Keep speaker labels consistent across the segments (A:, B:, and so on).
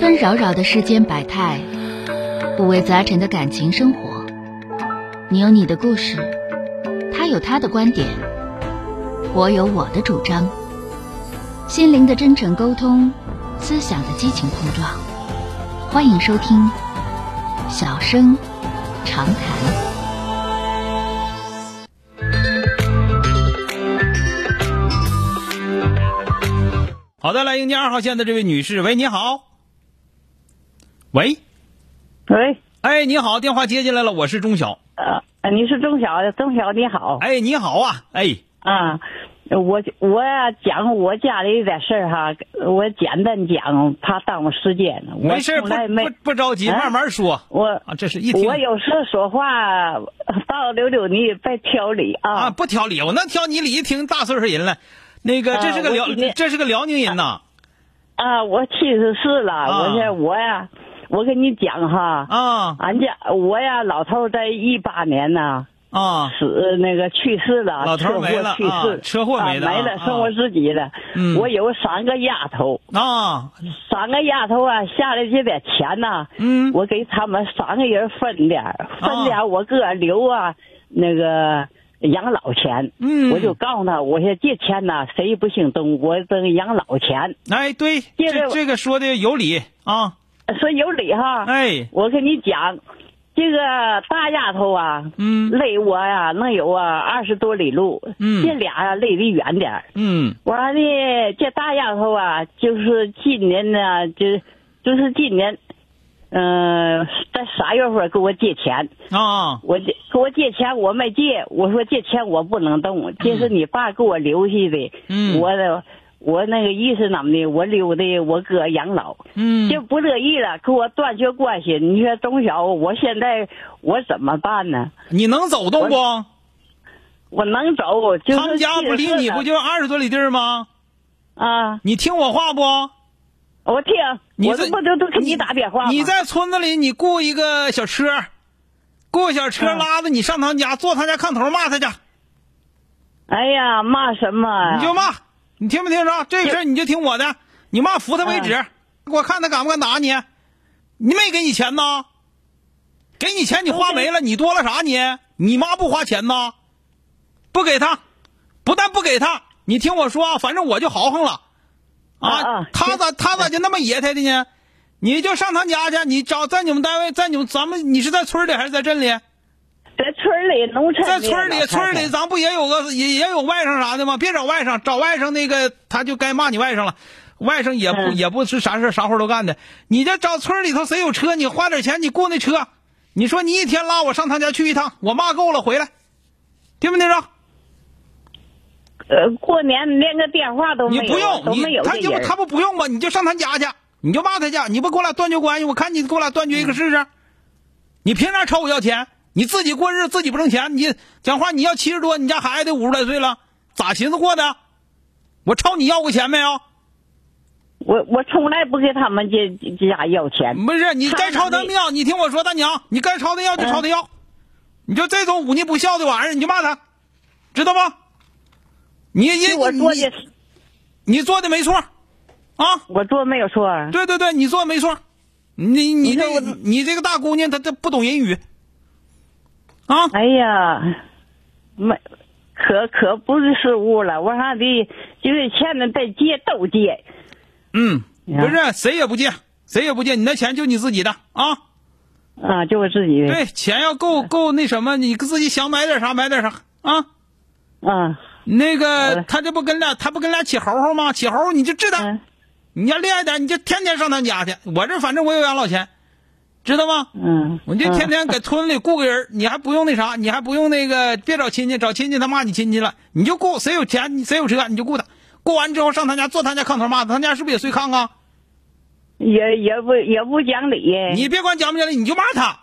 A: 纷扰扰的世间百态，五味杂陈的感情生活。你有你的故事，他有他的观点，我有我的主张。心灵的真诚沟通，思想的激情碰撞。欢迎收听《小声长谈》。
B: 好的，来迎接二号线的这位女士，喂，你好。喂，
C: 喂，
B: 哎，你好，电话接进来了，我是钟晓。
C: 呃，你是钟晓的，钟晓你好
B: 哎，你好啊，哎，
C: 啊，我我讲我家里点事儿哈，我简单讲，怕耽误时间。我
B: 没事，不
C: 从来没
B: 不不着急，
C: 啊
B: 慢慢说。
C: 我
B: 啊，这是一听
C: 我有时候说话到溜溜，你也别挑理
B: 啊，
C: 啊。
B: 不挑理，我能挑你理，一听大岁数人了。那个，
C: 啊
B: 这是个
C: 我今
B: 辽，
C: 天
B: 这是个辽宁人呐。
C: 啊，我七十四了，
B: 啊
C: 我这我呀，我跟你讲哈，
B: 啊
C: 俺家我呀，老头儿在一八年呢
B: 啊
C: 死呃那个去世了，
B: 老头儿
C: 车祸
B: 没了
C: 去世
B: 啊，车祸没
C: 没
B: 了啊
C: 了，
B: 啊
C: 剩我自己了。
B: 嗯
C: 我有三个丫头。
B: 啊，
C: 三个丫头啊，下来这点钱呐、
B: 嗯哦
C: 我给他们三个人分点儿，分点儿我个人留啊，那个养老钱。
B: 嗯
C: 我就告诉他，我说这钱呐、谁也不姓东，我等养老钱。
B: 哎，对，
C: 接着
B: 这这个说的有理啊。
C: 说有理哈，
B: 哎，
C: 我跟你讲，这个大丫头啊，
B: 嗯
C: 累我呀、能有啊二十多里路，
B: 嗯
C: 这俩啊累得远点儿。
B: 嗯
C: 完了，这大丫头啊，就是今年呢，就就是今年，嗯、在三月份给我借钱，
B: 啊
C: 我借给我借钱，我没借，我说这钱我不能动，这是你爸给我留下的，
B: 嗯
C: 我的我那个意思怎么的，我留的我哥养老，
B: 嗯
C: 就不乐意了，跟我断绝关系。你说钟晓，我现在我怎么办呢？
B: 你能走动不？
C: 我能走，就是
B: 他们家不离你不就二十多里地儿吗？
C: 啊？
B: 你听我话不？
C: 我听，
B: 你
C: 我
B: 在
C: 这不都都给你打电话吗？
B: 你在村子里，你雇一个小车，雇小车
C: 嗯
B: 拉着你上他们家，坐他家炕头骂他去，
C: 哎呀，骂什么呀？
B: 你就骂，你听没听着？这个事儿你就听我的，你骂服他为止，
C: 哎
B: 我看他敢不敢打你。你没给你钱呐？给你钱你花没了，你多了啥你？你妈不花钱呐？不给他，不但不给他，你听我说啊，反正我就豪横了，
C: 啊啊
B: 他咋他咋就那么爷他的呢？你就上他家去，你找在你们单位，在你们咱们你是在村里还是在镇里？
C: 在村里、农村
B: 在
C: 里
B: 村里，
C: 老太太
B: 村里咱不也有个也也有外甥啥的吗？别找外甥，找外甥那个他就该骂你外甥了。外甥也不、
C: 嗯
B: 也不是啥事儿啥活儿都干的，你这找村里头谁有车，你花点钱你雇那车，你说你一天拉我上他家去一趟，我骂够了回来，听没听着？
C: 呃，过年连个电话都没
B: 你
C: 有，
B: 不用
C: 都没
B: 你
C: 有
B: 他
C: 这
B: 就
C: 人
B: 他不不用吧，你就上他家去，你就骂他去，你不给我俩断绝关系，我看你给我俩断
C: 嗯
B: 绝一个试试。你凭啥朝我要钱？你自己过日子自己不挣钱，你讲话你要七十多，你家孩子得五十来岁了，咋寻思过的？我朝你要过钱没有？
C: 我我从来不给他们这这家要钱。
B: 不是，你该朝他们要，你听我说，大娘，你该朝他要就朝他
C: 嗯
B: 要，你就这种忤逆不孝的玩意儿，你就骂他，知道不？你你
C: 我做的
B: 你，你做的没错，啊。
C: 我做没有错。
B: 对对对，你做的没错。你你
C: 你看
B: 这
C: 我
B: 你这个大姑娘，她她不懂人语啊！
C: 哎呀，没，可可不是失误了，我啥的，就是欠的再借都借。
B: 嗯，
C: 呀
B: 不是谁也不借，谁也不借，你那钱就你自己的啊！
C: 啊，就我自己的。
B: 对，钱要够够那什么，你自己想买点啥买点啥啊！
C: 啊，
B: 那
C: 好
B: 个
C: 嘞
B: 他这不跟俩他不跟俩起猴猴吗？起猴你就治他，
C: 嗯
B: 你要厉害点，你就天天上他家去。我这反正我有养老钱，知道吗？
C: 嗯，
B: 我就天天
C: 嗯
B: 给村里雇个人儿，你还不用那啥，你还不用那个，别找亲戚，找亲戚他骂你亲戚了，你就雇谁有钱，你谁有车你就雇他，雇完之后上他家坐他家炕头骂他，他家是不是也睡炕啊？
C: 也也不也不讲理。
B: 你别管讲不讲理，你就骂他，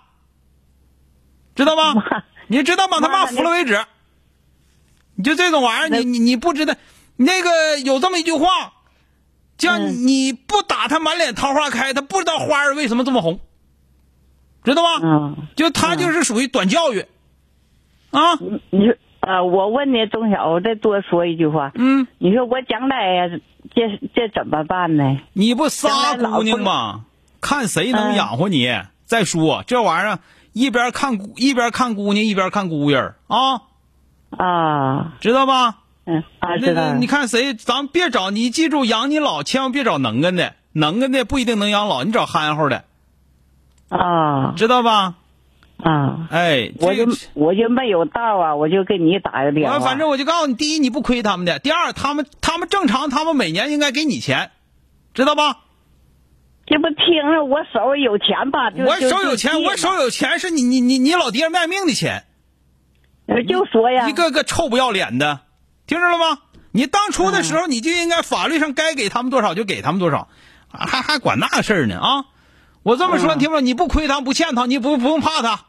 B: 知道吗？
C: 骂
B: 你知道把他骂
C: 骂
B: 服了为止。你就这种玩意儿，你你你不知道，那个有这么一句话，叫
C: 嗯
B: 你不打他满脸桃花开，他不知道花儿为什么这么红，知道吗？
C: 嗯，
B: 就他就是属于短教育，啊，
C: 你说啊，我问你，钟晓，我再多说一句话。
B: 嗯，
C: 你说我将来呀，这这怎么办呢？
B: 你不仨姑娘吗？看谁能养活你。再说这玩意儿，一边看姑一边看姑娘，一边看姑爷儿啊，
C: 啊，
B: 知道吧？
C: 嗯啊，
B: 那
C: 知道
B: 个
C: 了
B: 你看谁，咱别找你，记住养你老，千万别找能干的，能干的不一定能养老，你找憨厚的，
C: 啊
B: 知道吧？
C: 啊，
B: 哎，
C: 我
B: 这
C: 就啊
B: 个
C: 我就没有道啊，我就跟你打个电话。
B: 完，反正我就告诉你，第一你不亏他们的，第二他们他们正常，他们每年应该给你钱，知道吧？
C: 这不听着我手有钱吧？就
B: 我手有钱，我。
C: 就
B: 手有钱是你你你你老爹卖命的钱，
C: 借就说呀，
B: 一个个臭不要脸的，听着了吗？你当初
C: 嗯
B: 的时候你就应该法律上该给他们多少就给他们多少，啊还还管那事儿呢啊！我这么说，
C: 嗯
B: 你听着，你不亏他，不欠他，你不不用怕他，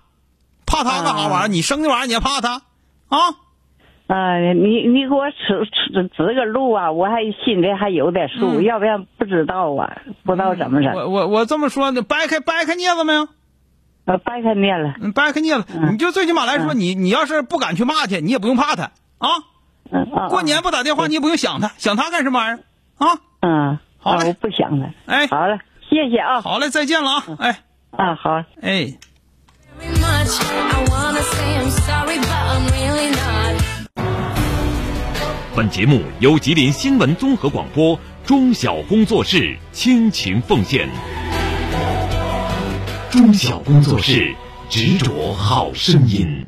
B: 怕他干啥玩意儿？
C: 嗯
B: 你生那玩意儿你还怕他啊？
C: 哎，你你给我指指指个路啊，我还心里还有点数，
B: 嗯
C: 要不然不知道啊，不知道怎么整。
B: 我我我这么说，掰开掰开镊子没有？
C: 呃，掰开念了，
B: 嗯，掰开镊子，
C: 嗯
B: 你就最起码来说，你你要是不敢去骂去，你也不用怕他啊。
C: 嗯啊。
B: 过年
C: 啊，
B: 不打电话，你也不用想他，想他干什么玩意儿啊？
C: 嗯，
B: 好嘞
C: 啊我不想了。
B: 哎
C: 好了，谢谢啊，
B: 好嘞，再见了啊！哎
C: 啊，好。
B: 哎，
D: very much. I wanna say I'm sorry, but I'm really not.
E: 本节目由吉林新闻综合广播中小工作室倾情奉献。中小工作室执着好声音。